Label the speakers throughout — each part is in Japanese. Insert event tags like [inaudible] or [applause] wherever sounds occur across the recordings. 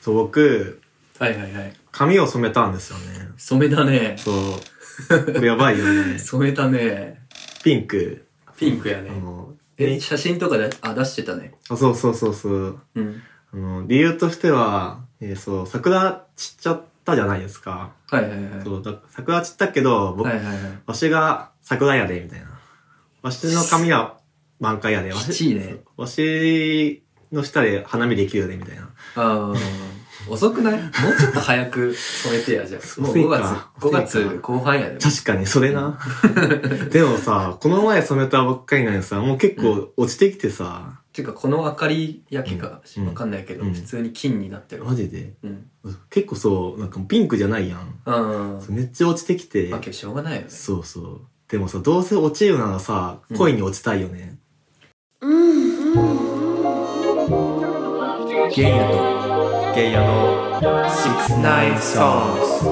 Speaker 1: そう、僕、
Speaker 2: はいはいはい。
Speaker 1: 髪を染めたんですよね。
Speaker 2: 染めだね。。
Speaker 1: そう。これやばいよね
Speaker 2: [laughs] 染めたね。
Speaker 1: ピンク。
Speaker 2: ピンクや
Speaker 1: あ
Speaker 2: ね。
Speaker 1: の、
Speaker 2: え、
Speaker 1: え
Speaker 2: 写真とかで、あ、出してたね。
Speaker 1: あそうそうそうそう。
Speaker 2: うん。
Speaker 1: あの、理由としては、えーそう、桜散っちゃったじゃないですか。
Speaker 2: はいはいはい。
Speaker 1: そう、だ桜散ったけど、僕、
Speaker 2: はいはいはい。
Speaker 1: わしが桜やで、みたいな。わしの髪は満開やで。わし
Speaker 2: きちいね。
Speaker 1: わしの下で花見できるよね、みたいな。
Speaker 2: ああ、遅くないもうちょっと早く染めてや、じゃあ。もう
Speaker 1: 遅い
Speaker 2: 5
Speaker 1: か遅
Speaker 2: 月、5
Speaker 1: いか
Speaker 2: 月後半やで。
Speaker 1: 確かに、それな。 [laughs] でもさ、この前染めたばっかりなのにさ、もう結構落ちてきてさ、
Speaker 2: ていうか、この明かり焼きか
Speaker 1: うん
Speaker 2: わかんないけど、
Speaker 1: うん
Speaker 2: 普通に金になってる。
Speaker 1: マジで。
Speaker 2: うん。
Speaker 1: 結構そう、なんかピンクじゃないやん。
Speaker 2: ああ、
Speaker 1: めっちゃ落ちてきて。
Speaker 2: まあ、けどしょうがないよね。
Speaker 1: そうそう。でもさ、どうせ落ちるならさ
Speaker 2: う、ん
Speaker 1: 恋に落ちたいよね。
Speaker 2: ゲイだと。
Speaker 1: ゲイヤの6
Speaker 2: Nine Songs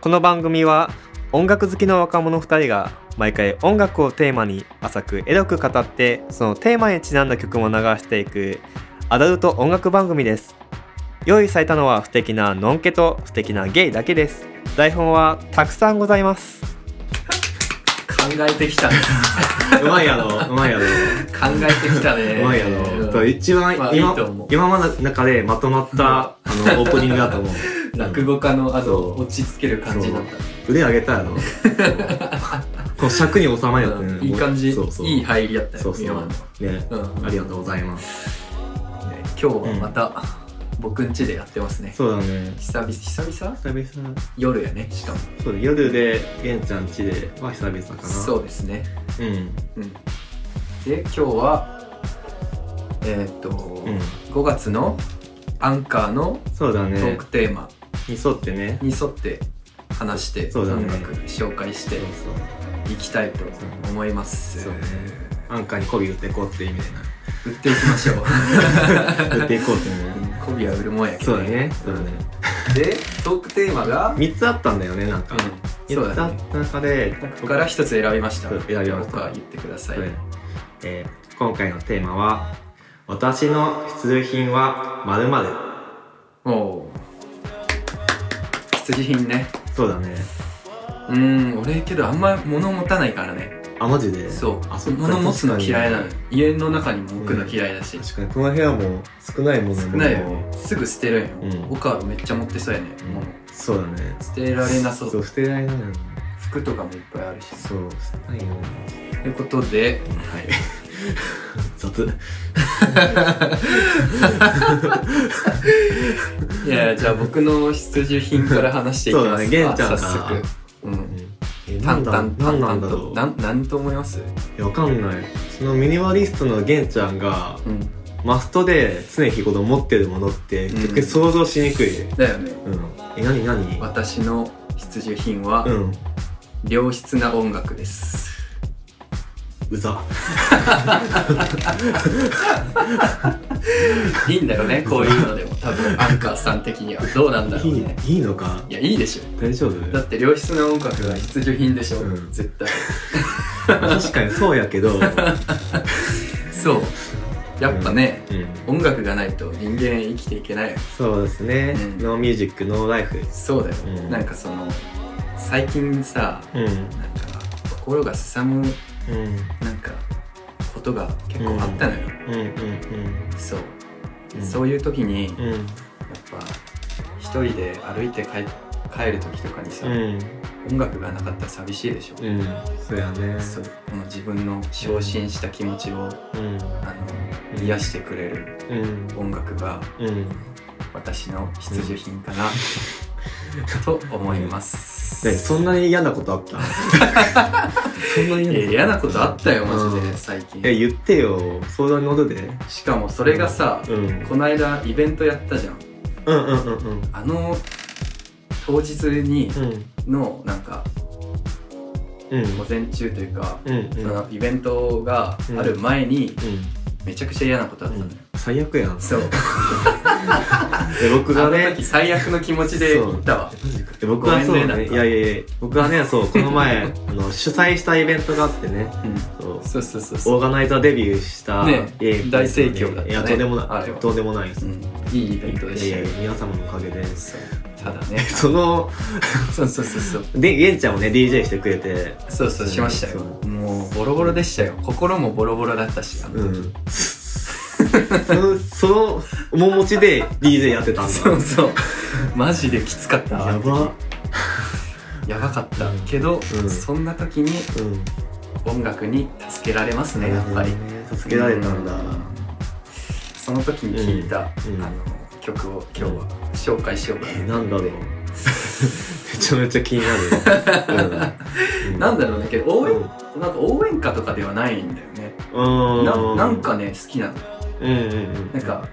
Speaker 1: この番組は音楽好きの若者2人が毎回音楽をテーマに浅くエロく語ってそのテーマにちなんだ曲も流していくアダルト音楽番組です用意されたのは不敵なノンケと不敵なゲイだけです台本はたくさんございます
Speaker 2: 考えてきたね。
Speaker 1: [laughs] うまいやろうまいやろ
Speaker 2: 考えてきたね。
Speaker 1: うまいや
Speaker 2: うん
Speaker 1: ろ、そう一番
Speaker 2: まあいい
Speaker 1: 今
Speaker 2: と思う
Speaker 1: 今までの中でまとまった、あ
Speaker 2: [laughs]
Speaker 1: のオープニングだと思う
Speaker 2: 落語家のあ
Speaker 1: そ
Speaker 2: の
Speaker 1: う
Speaker 2: 落ち着ける感じだった、
Speaker 1: 腕上げたや
Speaker 2: [laughs]
Speaker 1: ろこの尺に収まるやつ
Speaker 2: うん
Speaker 1: ね
Speaker 2: いい感じ
Speaker 1: そうそう
Speaker 2: いい入りやったよ
Speaker 1: そうそ
Speaker 2: 今
Speaker 1: う
Speaker 2: の
Speaker 1: ね
Speaker 2: うん
Speaker 1: ありがとうございます
Speaker 2: ね今日はまた、僕ん家でやってますね
Speaker 1: そうだね
Speaker 2: 久々久々
Speaker 1: 久々
Speaker 2: 夜やねしかも
Speaker 1: そうだ夜で玄ちゃん家では久々かな
Speaker 2: そうですね
Speaker 1: うん
Speaker 2: うんで今日はえーっと、
Speaker 1: うん
Speaker 2: 5月のアンカーの
Speaker 1: そうだ
Speaker 2: トー
Speaker 1: ね
Speaker 2: クテーマ
Speaker 1: に沿ってね
Speaker 2: に沿って話して
Speaker 1: そうだね
Speaker 2: 音楽紹介し
Speaker 1: そ
Speaker 2: て
Speaker 1: うそう
Speaker 2: いきたいと思います、
Speaker 1: そうねアンカーに媚び打っていこうっていう意味でな
Speaker 2: 売っていきま
Speaker 1: [laughs]
Speaker 2: しょう
Speaker 1: 打っていこうってね
Speaker 2: [laughs] 媚びは売るもんや
Speaker 1: [laughs]
Speaker 2: け
Speaker 1: そ
Speaker 2: ど
Speaker 1: うだねそうだね
Speaker 2: でトークテーマが、
Speaker 1: 3つあったんだよねなんか
Speaker 2: うん、そう
Speaker 1: 3つ
Speaker 2: だ
Speaker 1: あっ
Speaker 2: ね
Speaker 1: た中で
Speaker 2: ここから一つ選びました
Speaker 1: そう選びました
Speaker 2: 僕は言ってください、
Speaker 1: はいえー今回のテーマは「私の必需品はまるまる
Speaker 2: おお必需品ね
Speaker 1: そうだね
Speaker 2: うーん俺けどあんま物持たないからね
Speaker 1: あマジで
Speaker 2: そう
Speaker 1: あそっか
Speaker 2: 物持つの嫌いなの
Speaker 1: 確
Speaker 2: 家の中にも置くの嫌いだし、
Speaker 1: 確かにこの部屋も少ないもの
Speaker 2: 少ないよねすぐ捨てるんよ、
Speaker 1: うん
Speaker 2: 岡はめっちゃ持ってそうやね、
Speaker 1: うん
Speaker 2: 物
Speaker 1: そうだね
Speaker 2: 捨てられなそう
Speaker 1: そう捨てられないのよね
Speaker 2: 服とかもいっぱいあるし
Speaker 1: そう捨てないよね
Speaker 2: ということで
Speaker 1: はい雑
Speaker 2: いやじゃあ僕の必需品から話していきますか
Speaker 1: そうだね玄ちゃんから
Speaker 2: 早速うん
Speaker 1: えな
Speaker 2: 淡
Speaker 1: んだな
Speaker 2: 々
Speaker 1: んなんだ
Speaker 2: と
Speaker 1: ろう
Speaker 2: なんなんと思います
Speaker 1: いやわかんないそのミニマリストのげんちゃんが
Speaker 2: うん
Speaker 1: マストで常日頃持ってるものって結局想像しにくい、うん
Speaker 2: だよね
Speaker 1: え何何
Speaker 2: 私の必需品は
Speaker 1: うん
Speaker 2: 良質な音楽です、
Speaker 1: うざ
Speaker 2: いいんだよ [laughs] ねこういうのでも多分アンカーさん的にはどうなんだろ
Speaker 1: いうい
Speaker 2: ね
Speaker 1: いいのか
Speaker 2: いやいいでしょ
Speaker 1: 大丈夫
Speaker 2: だって良質な音楽は必需品でしょ、
Speaker 1: うん
Speaker 2: 絶
Speaker 1: [laughs]
Speaker 2: 対
Speaker 1: 確かにそうや
Speaker 2: [laughs]
Speaker 1: けど、うん、
Speaker 2: そうやっぱね、
Speaker 1: うん
Speaker 2: 音楽がないと人間生きていけないよ
Speaker 1: そうですね、
Speaker 2: うん
Speaker 1: ノーミュージックノーライフ
Speaker 2: そうだよ、
Speaker 1: うん
Speaker 2: なんかその最近さ
Speaker 1: うん
Speaker 2: なんか心がすさむ
Speaker 1: うん
Speaker 2: なんかことが結構あったのよ、
Speaker 1: うん
Speaker 2: そう、
Speaker 1: うん
Speaker 2: そういう時に、
Speaker 1: うんうん
Speaker 2: やっぱ一人で歩いて帰帰る時とかにさ、
Speaker 1: うん
Speaker 2: 音楽がなかったら寂しいでしょ、
Speaker 1: うんそうやね
Speaker 2: そうこの自分の昇進した気持ちを
Speaker 1: うん
Speaker 2: あ
Speaker 1: う
Speaker 2: の
Speaker 1: ん
Speaker 2: 癒してくれる
Speaker 1: うん
Speaker 2: 音楽が
Speaker 1: うん
Speaker 2: 私の必需品かな、と思います、
Speaker 1: ねそんなに嫌なことあったそんなに
Speaker 2: [laughs] いや嫌なことあったよマジ
Speaker 1: う
Speaker 2: で
Speaker 1: ん
Speaker 2: 最近、
Speaker 1: え言ってよ相談に乗るで
Speaker 2: しかもそれがさ、
Speaker 1: うんうん
Speaker 2: この間イベントやったじゃん
Speaker 1: うんうんうん
Speaker 2: あの当日に
Speaker 1: うん
Speaker 2: のなんか
Speaker 1: うん
Speaker 2: 午前中というか、
Speaker 1: うんうん
Speaker 2: そのイベントがある前に
Speaker 1: うん
Speaker 2: めちゃくちゃ嫌なことだったんだよ、
Speaker 1: 最悪やん [laughs]
Speaker 2: そう
Speaker 1: え僕が
Speaker 2: あの
Speaker 1: ね
Speaker 2: 時最悪の気持ちで行ったわ
Speaker 1: え僕はそう
Speaker 2: ごめんねなん
Speaker 1: ね
Speaker 2: か
Speaker 1: いやいやいや僕はね
Speaker 2: [laughs]
Speaker 1: そうこの前あの主催したイベントがあってねそう
Speaker 2: そうそうそう
Speaker 1: オ
Speaker 2: そ
Speaker 1: ーガナイザーデビューした、
Speaker 2: ね
Speaker 1: いやいや
Speaker 2: 大盛況だったね
Speaker 1: いやとんでも
Speaker 2: あ
Speaker 1: な
Speaker 2: れ
Speaker 1: い
Speaker 2: は
Speaker 1: とんでもないです、
Speaker 2: う、うん、いいイベントで
Speaker 1: い
Speaker 2: した
Speaker 1: やい
Speaker 2: よ
Speaker 1: や皆様のおかげです
Speaker 2: ただ
Speaker 1: [laughs]
Speaker 2: ね
Speaker 1: その
Speaker 2: そうそうそうそう
Speaker 1: で玄ちゃんもね DJ してくれて
Speaker 2: そうそうしましたよ
Speaker 1: そ
Speaker 2: もうボロボロでしたよ心もボロボロだったしあの
Speaker 1: う
Speaker 2: 時 [laughs]
Speaker 1: んそのその面持ちで DJ やってたんだ
Speaker 2: そうそうマジできつかった
Speaker 1: やば
Speaker 2: やばかったけど、
Speaker 1: うん
Speaker 2: そんな時に
Speaker 1: うん
Speaker 2: 音楽に助けられますねやっぱり
Speaker 1: 助けられたんだ、
Speaker 2: うんその時に聴いた、
Speaker 1: うんうん
Speaker 2: あの曲を今日は紹介しようか
Speaker 1: え
Speaker 2: な
Speaker 1: なんだろう [laughs] めちゃめちゃ気にな
Speaker 2: [laughs]
Speaker 1: るわ、うん、
Speaker 2: なんだろうねけど応援、
Speaker 1: う
Speaker 2: なんか応援歌とかではないんだよね、
Speaker 1: ん
Speaker 2: ななんかね好きなの
Speaker 1: うんうんうん
Speaker 2: なんか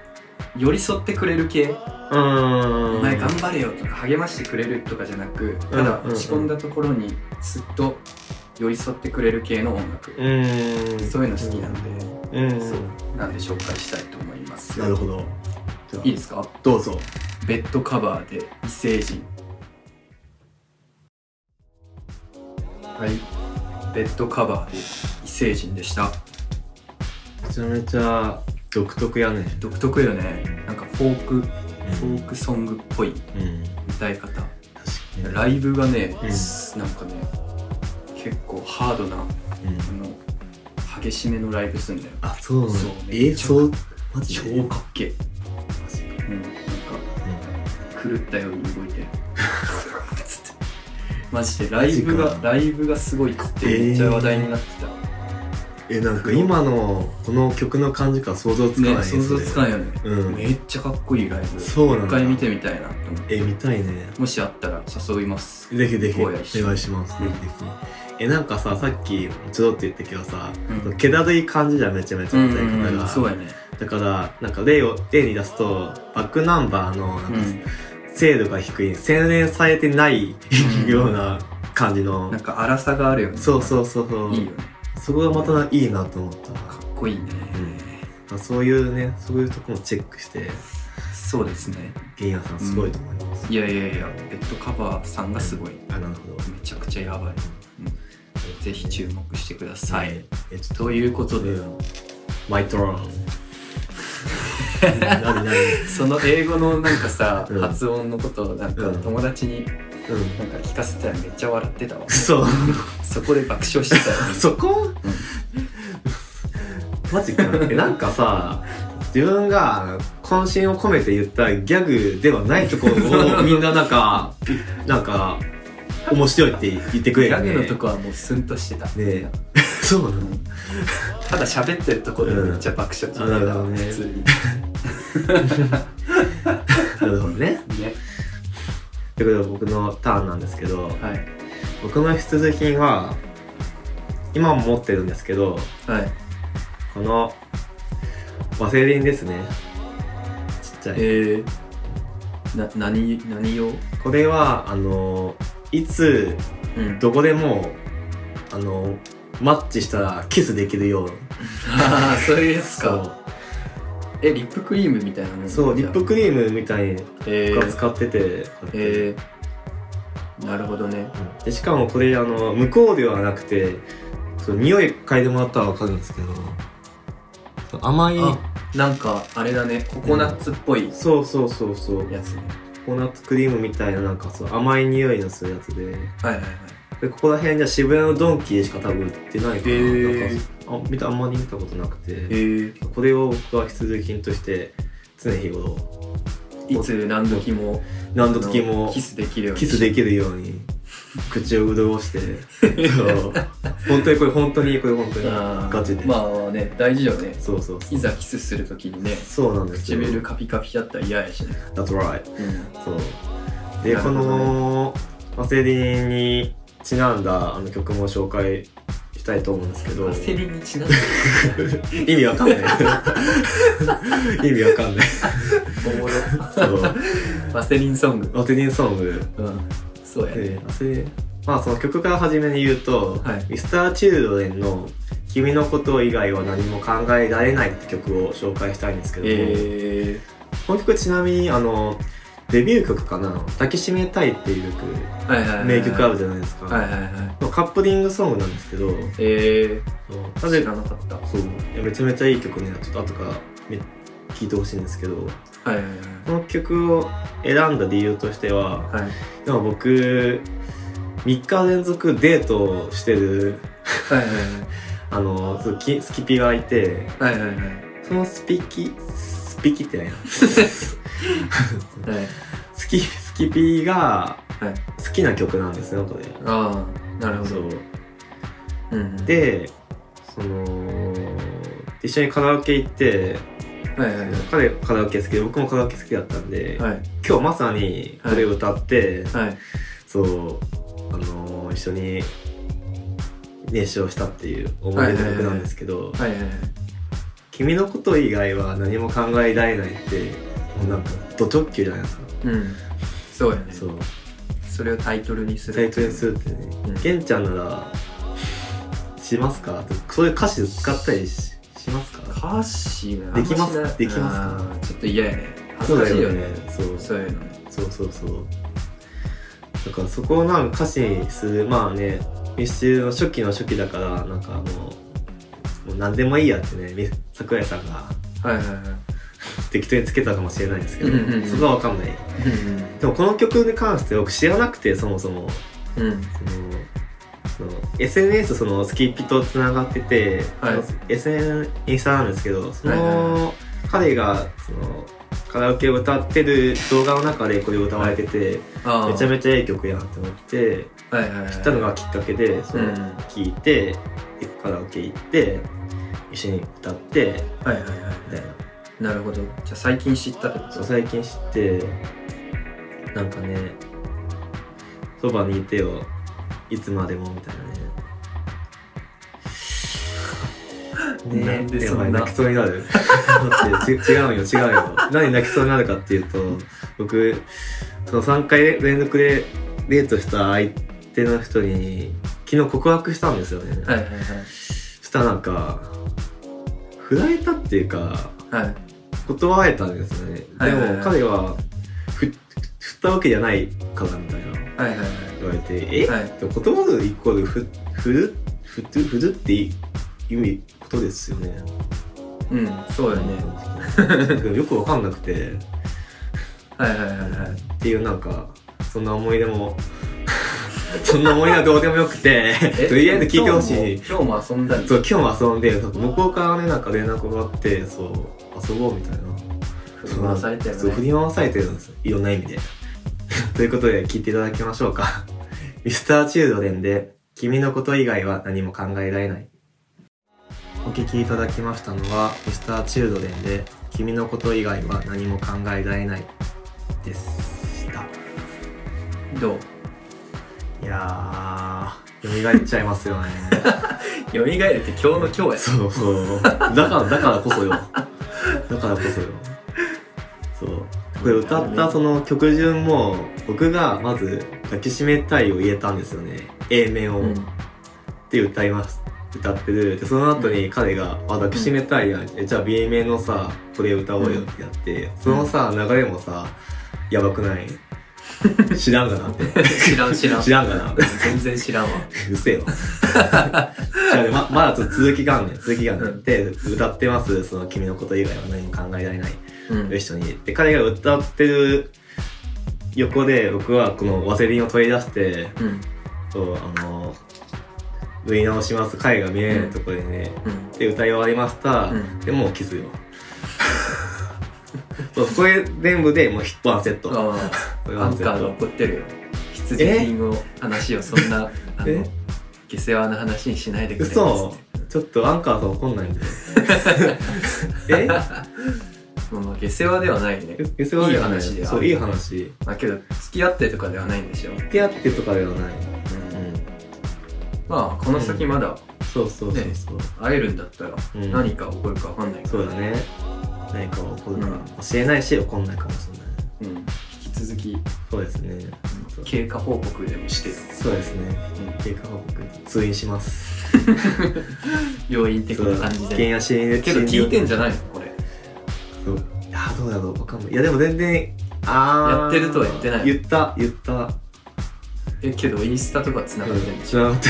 Speaker 2: 寄り添ってくれる系、
Speaker 1: うん
Speaker 2: お前頑張れよとか励ましてくれるとかじゃなくただ
Speaker 1: うん
Speaker 2: 落ち込んだところにずっと寄り添ってくれる系の音楽、
Speaker 1: うん
Speaker 2: そういうの好きなんで、
Speaker 1: うん
Speaker 2: そうなんで紹介したいと思います
Speaker 1: なるほどじゃあ
Speaker 2: いいですか
Speaker 1: どうぞ
Speaker 2: ベッドカバーで異星人はいベッドカバーで異星人でした
Speaker 1: めちゃめちゃ独特やね
Speaker 2: 独特よねなんかフォークフォークソングっぽい
Speaker 1: うん
Speaker 2: 歌い方
Speaker 1: 確かに
Speaker 2: ライブがね、
Speaker 1: うん
Speaker 2: なんかね結構ハードなあ
Speaker 1: うん
Speaker 2: の激しめのライブすんだよ
Speaker 1: あそうなの
Speaker 2: そう
Speaker 1: えそうマジで
Speaker 2: 超かっけ
Speaker 1: マジか
Speaker 2: え、うん、なんか狂ったように動いて [laughs] つってマジでライブ
Speaker 1: マ
Speaker 2: が
Speaker 1: ジか
Speaker 2: ライブがすごいっつってめっちゃ話題になってた、
Speaker 1: えなんか今のこの曲の感じから想像つかない
Speaker 2: ね想像つか
Speaker 1: ない
Speaker 2: ないよね、
Speaker 1: うん
Speaker 2: めっちゃかっこいいライブ
Speaker 1: そうなんだ
Speaker 2: もう一回見てみたいなと思って
Speaker 1: え見たいね
Speaker 2: もしあったら誘います
Speaker 1: ぜひぜひお
Speaker 2: お
Speaker 1: 願
Speaker 2: 願
Speaker 1: い
Speaker 2: い
Speaker 1: し
Speaker 2: し
Speaker 1: ま
Speaker 2: ますうん
Speaker 1: ぜひえなんかささっきちょろっと言ったけどさ
Speaker 2: うん
Speaker 1: 気だるい感じじゃんめちゃめちゃ歌い方
Speaker 2: うんそう
Speaker 1: が
Speaker 2: やね
Speaker 1: だからなんか例を例に出すとバックナンバーのなんか精度が低い洗練されてない
Speaker 2: うん
Speaker 1: ような感じの
Speaker 2: なんか荒さがあるよね
Speaker 1: そうそうそうそう
Speaker 2: いいよね
Speaker 1: そこがまたないいなと思った
Speaker 2: かっこいいね、
Speaker 1: まあそういうねそういうとこもチェックして
Speaker 2: そうですね
Speaker 1: ゲンヤさんすごいと思います、
Speaker 2: いやいやいやベッドカバーさんがすごい
Speaker 1: あなるほど
Speaker 2: めちゃくちゃやばい、うん、ぜひ注目してください、
Speaker 1: えちょっと
Speaker 2: ということで、
Speaker 1: うんマイトロ [laughs] ン何何
Speaker 2: その英語のなんかさ、
Speaker 1: うん
Speaker 2: 発音のことをなんか
Speaker 1: うん
Speaker 2: 友達に
Speaker 1: うん
Speaker 2: なんか聞かせたらめっちゃ笑ってたわ
Speaker 1: そう
Speaker 2: そこで爆笑してたよ、
Speaker 1: そこ、マジかえなんかさ自分が渾身を込めて言ったギャグではないところをみんななんかなんか面白いって言ってくれ
Speaker 2: ギ
Speaker 1: る
Speaker 2: ャ
Speaker 1: ね
Speaker 2: グのとこはもうスンとしてた、
Speaker 1: ねそうなの
Speaker 2: ただ喋ってるとこでめっちゃ爆笑してた、
Speaker 1: うんあなるほどね
Speaker 2: 普通に
Speaker 1: なるほどね
Speaker 2: ね
Speaker 1: ということで僕のターンなんですけど
Speaker 2: はい
Speaker 1: 僕の必需品は今も持ってるんですけど
Speaker 2: はい
Speaker 1: このワセリンですねちっちゃい
Speaker 2: えー、な何何用
Speaker 1: これはあのいつ
Speaker 2: うん
Speaker 1: どこでもあのマッチしたらキスできるよう
Speaker 2: ああそういうやつ
Speaker 1: そ
Speaker 2: か
Speaker 1: う
Speaker 2: えリップクリームみたいなもん
Speaker 1: そうリップ
Speaker 2: ク
Speaker 1: クリームみたいに
Speaker 2: え
Speaker 1: 僕は
Speaker 2: ー、
Speaker 1: 使ってて、
Speaker 2: えー、なるほどね
Speaker 1: でしかもこれあの向こうではなくてそう匂い嗅いでもらったら分かるんですけどそう甘い
Speaker 2: あなんかあれだねココナッツっぽい
Speaker 1: そうそうそうそう
Speaker 2: やつね、
Speaker 1: ココナッツクリームみたいななんかそう甘い匂いのするやつで
Speaker 2: はいはいはい
Speaker 1: でここら辺じゃ渋谷のドンキでしか多分売ってないから、
Speaker 2: へー
Speaker 1: なんかあ見たあんまり見たことなくて、
Speaker 2: えー、
Speaker 1: これを僕は必需品として常日頃
Speaker 2: いつ何時も
Speaker 1: 何度時
Speaker 2: あの
Speaker 1: も
Speaker 2: キスできるように
Speaker 1: キスできるように口を潤してそう本当にこれ本当にこれ本当に
Speaker 2: あー
Speaker 1: ガチで
Speaker 2: まあね大事よね
Speaker 1: そうそうそう
Speaker 2: いざキスするときにね
Speaker 1: そうなんですよ
Speaker 2: 唇カピカピだったら嫌やしね、
Speaker 1: That's right
Speaker 2: うん、
Speaker 1: そうで、
Speaker 2: な
Speaker 1: こ
Speaker 2: るほどね
Speaker 1: のワセリンにちなんだあの曲も紹介したいと思うんですけど
Speaker 2: 焦りに
Speaker 1: [laughs]
Speaker 2: ちなんで
Speaker 1: 意味わ
Speaker 2: [laughs]
Speaker 1: かんない意味わかんない
Speaker 2: おもろ
Speaker 1: そう
Speaker 2: ワセリンソング、
Speaker 1: ワセリンソング
Speaker 2: うん、そうやね、
Speaker 1: でまあその曲から初めに言うと、
Speaker 2: はい
Speaker 1: ミスターチルドレンの「君のこと以外は何も考えられない」って曲を紹介したいんですけども、
Speaker 2: え
Speaker 1: この曲ちなみにあのデビュー曲かな「抱きしめたい」っていう
Speaker 2: え
Speaker 1: 曲
Speaker 2: はいはいはいはい
Speaker 1: 名曲あるじゃないですか、
Speaker 2: はいはいはい
Speaker 1: のカップリングソングなんですけど
Speaker 2: え
Speaker 1: な
Speaker 2: ー、
Speaker 1: ぜ
Speaker 2: 知
Speaker 1: から
Speaker 2: なかったは
Speaker 1: そういやめちゃめちゃいい曲ねちょっと後からめ聞いてほしいんですけど
Speaker 2: いはいはい
Speaker 1: この曲を選んだ理由としては
Speaker 2: はい
Speaker 1: 今僕3日連続デートをしてる
Speaker 2: はい
Speaker 1: あのそうきスキピがいて
Speaker 2: はいはいはいはいはい
Speaker 1: そのスピキスピキって
Speaker 2: [laughs]
Speaker 1: 何や
Speaker 2: はい
Speaker 1: スキスキピが
Speaker 2: はい
Speaker 1: 好きな曲なんですよこれ
Speaker 2: ああなるほ
Speaker 1: そ
Speaker 2: ど
Speaker 1: う
Speaker 2: うんうん
Speaker 1: でその一緒にカラオケ行って
Speaker 2: はいはいはい
Speaker 1: 彼カラオケ好きで僕もカラオケ好きだったんで、
Speaker 2: はい
Speaker 1: 今日まさにこれを歌って、
Speaker 2: はい
Speaker 1: そうあのー一緒に練習をしたっていう思い出の曲なんですけど、
Speaker 2: はいはいはい
Speaker 1: 君のこと以外は何も考えられないってもうなんかド直球じゃないですか、
Speaker 2: うんそうやね
Speaker 1: そう
Speaker 2: それをタイトルにする
Speaker 1: タイトルにするってね
Speaker 2: うん
Speaker 1: 玄、ちゃんなら「しますか?」ってそういう歌詞使ったりししますか
Speaker 2: 歌詞が
Speaker 1: できます
Speaker 2: あんしない
Speaker 1: できますか
Speaker 2: あーちょっと嫌やね恥ずかしいよね
Speaker 1: そう
Speaker 2: そういうの
Speaker 1: そうそうそうだからそこをなんか歌詞にするまあねミスチルの初期の初期だからなんかもうもう何でもいいやってねみ桜井さんが
Speaker 2: はいはいはい
Speaker 1: 適当につけたかもしれないですけど、
Speaker 2: うんうんうん
Speaker 1: そこは分かんないでもこの曲に関して僕知らなくてそもそも
Speaker 2: うんうん
Speaker 1: そのその SNS そのスキッピとつながってて、
Speaker 2: はい
Speaker 1: その SN インスタなんですけどその、
Speaker 2: はいはい
Speaker 1: 彼がそのカラオケを歌ってる動画の中でこれを歌われてて、
Speaker 2: ああ
Speaker 1: めちゃめちゃいい曲やんって思って
Speaker 2: はいはいはい
Speaker 1: 知ったのがきっかけでそうの
Speaker 2: んは
Speaker 1: 聞いて、でカラオケ行って一緒に歌って
Speaker 2: いはいは
Speaker 1: みたいない
Speaker 2: なるほどじゃあ最近知ったってこ
Speaker 1: そう
Speaker 2: と
Speaker 1: 最近知ってなんかね「そばにいてよいつまでも」みたいなね。
Speaker 2: [laughs] なんでそんな
Speaker 1: やばい泣きそうになる [laughs] だってち違うよ違うよ何泣きそうになるかっていうと僕その3回連続でデートした相手の人に昨日告白したんですよね、
Speaker 2: はいはい
Speaker 1: そしたらなんか振られたっていうか
Speaker 2: はいはい
Speaker 1: 断られたんですよね、
Speaker 2: はいはいはい
Speaker 1: でも彼はふ振ったわけじゃないからみたいな
Speaker 2: はいはいはい
Speaker 1: 言われてえ、
Speaker 2: はい
Speaker 1: でも断るイコールふ振る振る振るって意味ことですよね
Speaker 2: うんそうよね
Speaker 1: でもよくわかんなくてっ
Speaker 2: はいはいはいはい
Speaker 1: ていうなんかそんな思い出も [laughs] そんな思い出はどうでもよくて
Speaker 2: え
Speaker 1: とりあえず聞いてほしい
Speaker 2: 今日も今日も遊んだり
Speaker 1: そう今日も遊んでそう向こうからねなんか連絡があってそう遊ぼうみたいな
Speaker 2: 振り回されたよ
Speaker 1: そう振
Speaker 2: ね
Speaker 1: り回されてるんですよいろんな意味で [laughs] ということで聞いていただきましょうか [laughs] Mr.Children で「君のこと以外は何も考えられない」お聞きいただきましたのは Mr.Children で「君のこと以外は何も考えられない」でした
Speaker 2: どう
Speaker 1: いやー蘇っちゃいますよね
Speaker 2: 蘇るって今日の今日やね
Speaker 1: そうそうだからだからこそよだからこそよそうこれ歌ったその曲順も僕がまず「抱きしめたい」を入れたんですよね A 面を、
Speaker 2: うん
Speaker 1: で歌います歌ってるでその後に彼が「あ抱きしめたいやん」えじゃあ B 面のさこれ歌おうよってやって、そのさ流れもさやばくない
Speaker 2: [laughs]
Speaker 1: 知らんがなって
Speaker 2: 知らん知ら
Speaker 1: [laughs]
Speaker 2: ん
Speaker 1: 知らんがな
Speaker 2: 全然知らんわ
Speaker 1: うせえわ。じゃあね
Speaker 2: [laughs]
Speaker 1: ままだちょっと続きがあんねん続きがあんねん。で歌ってますその君のこと以外は何も考えられない
Speaker 2: うん
Speaker 1: 一緒に。で彼が歌ってる横で僕はこのワセリンを取り出して
Speaker 2: うん
Speaker 1: そうあの縫い直します彼が見えないとこでね、
Speaker 2: うん
Speaker 1: で歌い終わりました、
Speaker 2: うん
Speaker 1: でもうキスよ。そうこれ全部でもうヒットワンセット。
Speaker 2: あ
Speaker 1: これ
Speaker 2: あ
Speaker 1: ワ
Speaker 2: ア
Speaker 1: ン
Speaker 2: ン
Speaker 1: セ
Speaker 2: カ
Speaker 1: ッ
Speaker 2: ーが
Speaker 1: ト
Speaker 2: 怒ってるよ必需品を話をそ
Speaker 1: [laughs]
Speaker 2: んなあ
Speaker 1: え
Speaker 2: の下世話な話にしないでくれ
Speaker 1: 嘘
Speaker 2: っつっ
Speaker 1: ちょっとアンカーさん怒んないんだよ。
Speaker 2: [laughs]
Speaker 1: え
Speaker 2: てもうまあ下世話ではないね
Speaker 1: えそれはいい話
Speaker 2: いい話だよ
Speaker 1: そういい話
Speaker 2: まあけど付き合ってとかではないんでしょ、
Speaker 1: 付き合ってとかではない、ん、
Speaker 2: まあこの先まだ
Speaker 1: そうそうそうそう、
Speaker 2: 会えるんだったら
Speaker 1: うん
Speaker 2: 何か起こるか分かんないか
Speaker 1: そ
Speaker 2: ら、
Speaker 1: うだね何か起こるか
Speaker 2: うん
Speaker 1: もしれないし起こんないかもしれない
Speaker 2: うん、引き続き
Speaker 1: そうですねそう
Speaker 2: 経過報告でもしてよ
Speaker 1: そうですね経過報告通院します
Speaker 2: 病院的な感じ
Speaker 1: そう原
Speaker 2: で
Speaker 1: 野診療
Speaker 2: けど聞いてんじゃないのこれ
Speaker 1: そういやどうだろうわかんないいやでも全然あ
Speaker 2: や
Speaker 1: ー
Speaker 2: ってるとは言ってない
Speaker 1: 言った言った
Speaker 2: えけどインスタとか繋がってんでし
Speaker 1: つながって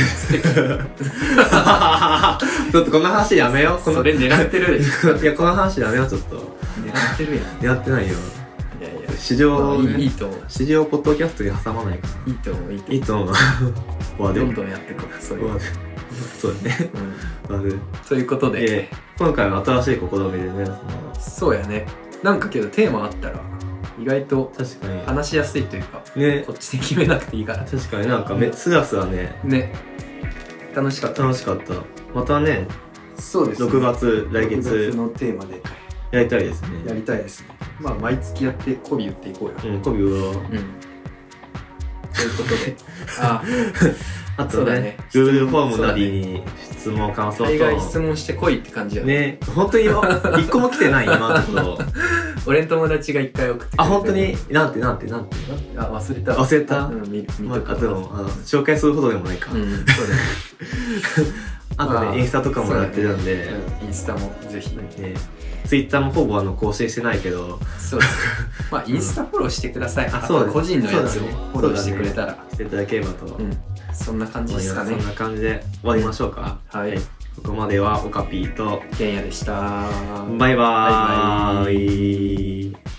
Speaker 2: [laughs]
Speaker 1: るちょっとこの話やめよう
Speaker 2: ょ
Speaker 1: この
Speaker 2: それ狙ってるでしょ
Speaker 1: いやこの話やめようちょっと
Speaker 2: 狙ってるやん
Speaker 1: やってないよ
Speaker 2: いやいや
Speaker 1: 市場、
Speaker 2: いいい
Speaker 1: ね、
Speaker 2: いと思う
Speaker 1: 市場ポッドキャストに挟まないか
Speaker 2: いいと思ういいと
Speaker 1: らいい
Speaker 2: 思
Speaker 1: と思う
Speaker 2: う
Speaker 1: わで
Speaker 2: ど
Speaker 1: も
Speaker 2: んどんやっていこうそういう、
Speaker 1: わそうだね
Speaker 2: うん
Speaker 1: わで
Speaker 2: ということで、
Speaker 1: で今回は新しい試みでねその
Speaker 2: そうやねなんかけどテーマあったら意外と
Speaker 1: 確か
Speaker 2: 話しやすいというか
Speaker 1: にね
Speaker 2: こっちで決めなくていいから
Speaker 1: 確かになんかめすらすらね
Speaker 2: ね楽しかった
Speaker 1: 楽しかったまたね
Speaker 2: そうで
Speaker 1: 6月来
Speaker 2: 6
Speaker 1: 月
Speaker 2: のテーマで
Speaker 1: やりたいです
Speaker 2: や
Speaker 1: ね
Speaker 2: りたいですねまあ毎月やって媚び売っていこうよ
Speaker 1: うんコビは
Speaker 2: うんということ
Speaker 1: [laughs]
Speaker 2: であ
Speaker 1: あ
Speaker 2: そ
Speaker 1: と
Speaker 2: うだ
Speaker 1: ね
Speaker 2: ね
Speaker 1: Google フォームなりに質問感想
Speaker 2: 大概質
Speaker 1: と
Speaker 2: 問してこいって感じやね
Speaker 1: ね本当によ一個も来てない今のところ
Speaker 2: 俺の友達が一回送ってくれて
Speaker 1: あ本当になんてなんてなんて
Speaker 2: あ忘れたわ
Speaker 1: 忘れた
Speaker 2: うん見見
Speaker 1: ま
Speaker 2: とく
Speaker 1: あ、
Speaker 2: わ
Speaker 1: でもあの紹介するほどでもないか、
Speaker 2: うんそうだね
Speaker 1: あと
Speaker 2: まあ
Speaker 1: ねインスタとかもやってるんで、
Speaker 2: うんインスタもぜひ
Speaker 1: ね、ツイッターもほぼあの更新してないけど
Speaker 2: そうですまあインスタフォローしてください
Speaker 1: あ
Speaker 2: あ
Speaker 1: そうだ
Speaker 2: と
Speaker 1: ね
Speaker 2: 個人のや
Speaker 1: そ
Speaker 2: つを
Speaker 1: うだね
Speaker 2: フォローしてくれたら
Speaker 1: していただければと思
Speaker 2: う
Speaker 1: い
Speaker 2: んそんな感じ
Speaker 1: ま、
Speaker 2: ですすかね
Speaker 1: そんな感じで終わりましょうか、
Speaker 2: はい
Speaker 1: ここまではオカピーと
Speaker 2: けんやでした
Speaker 1: バイバーイ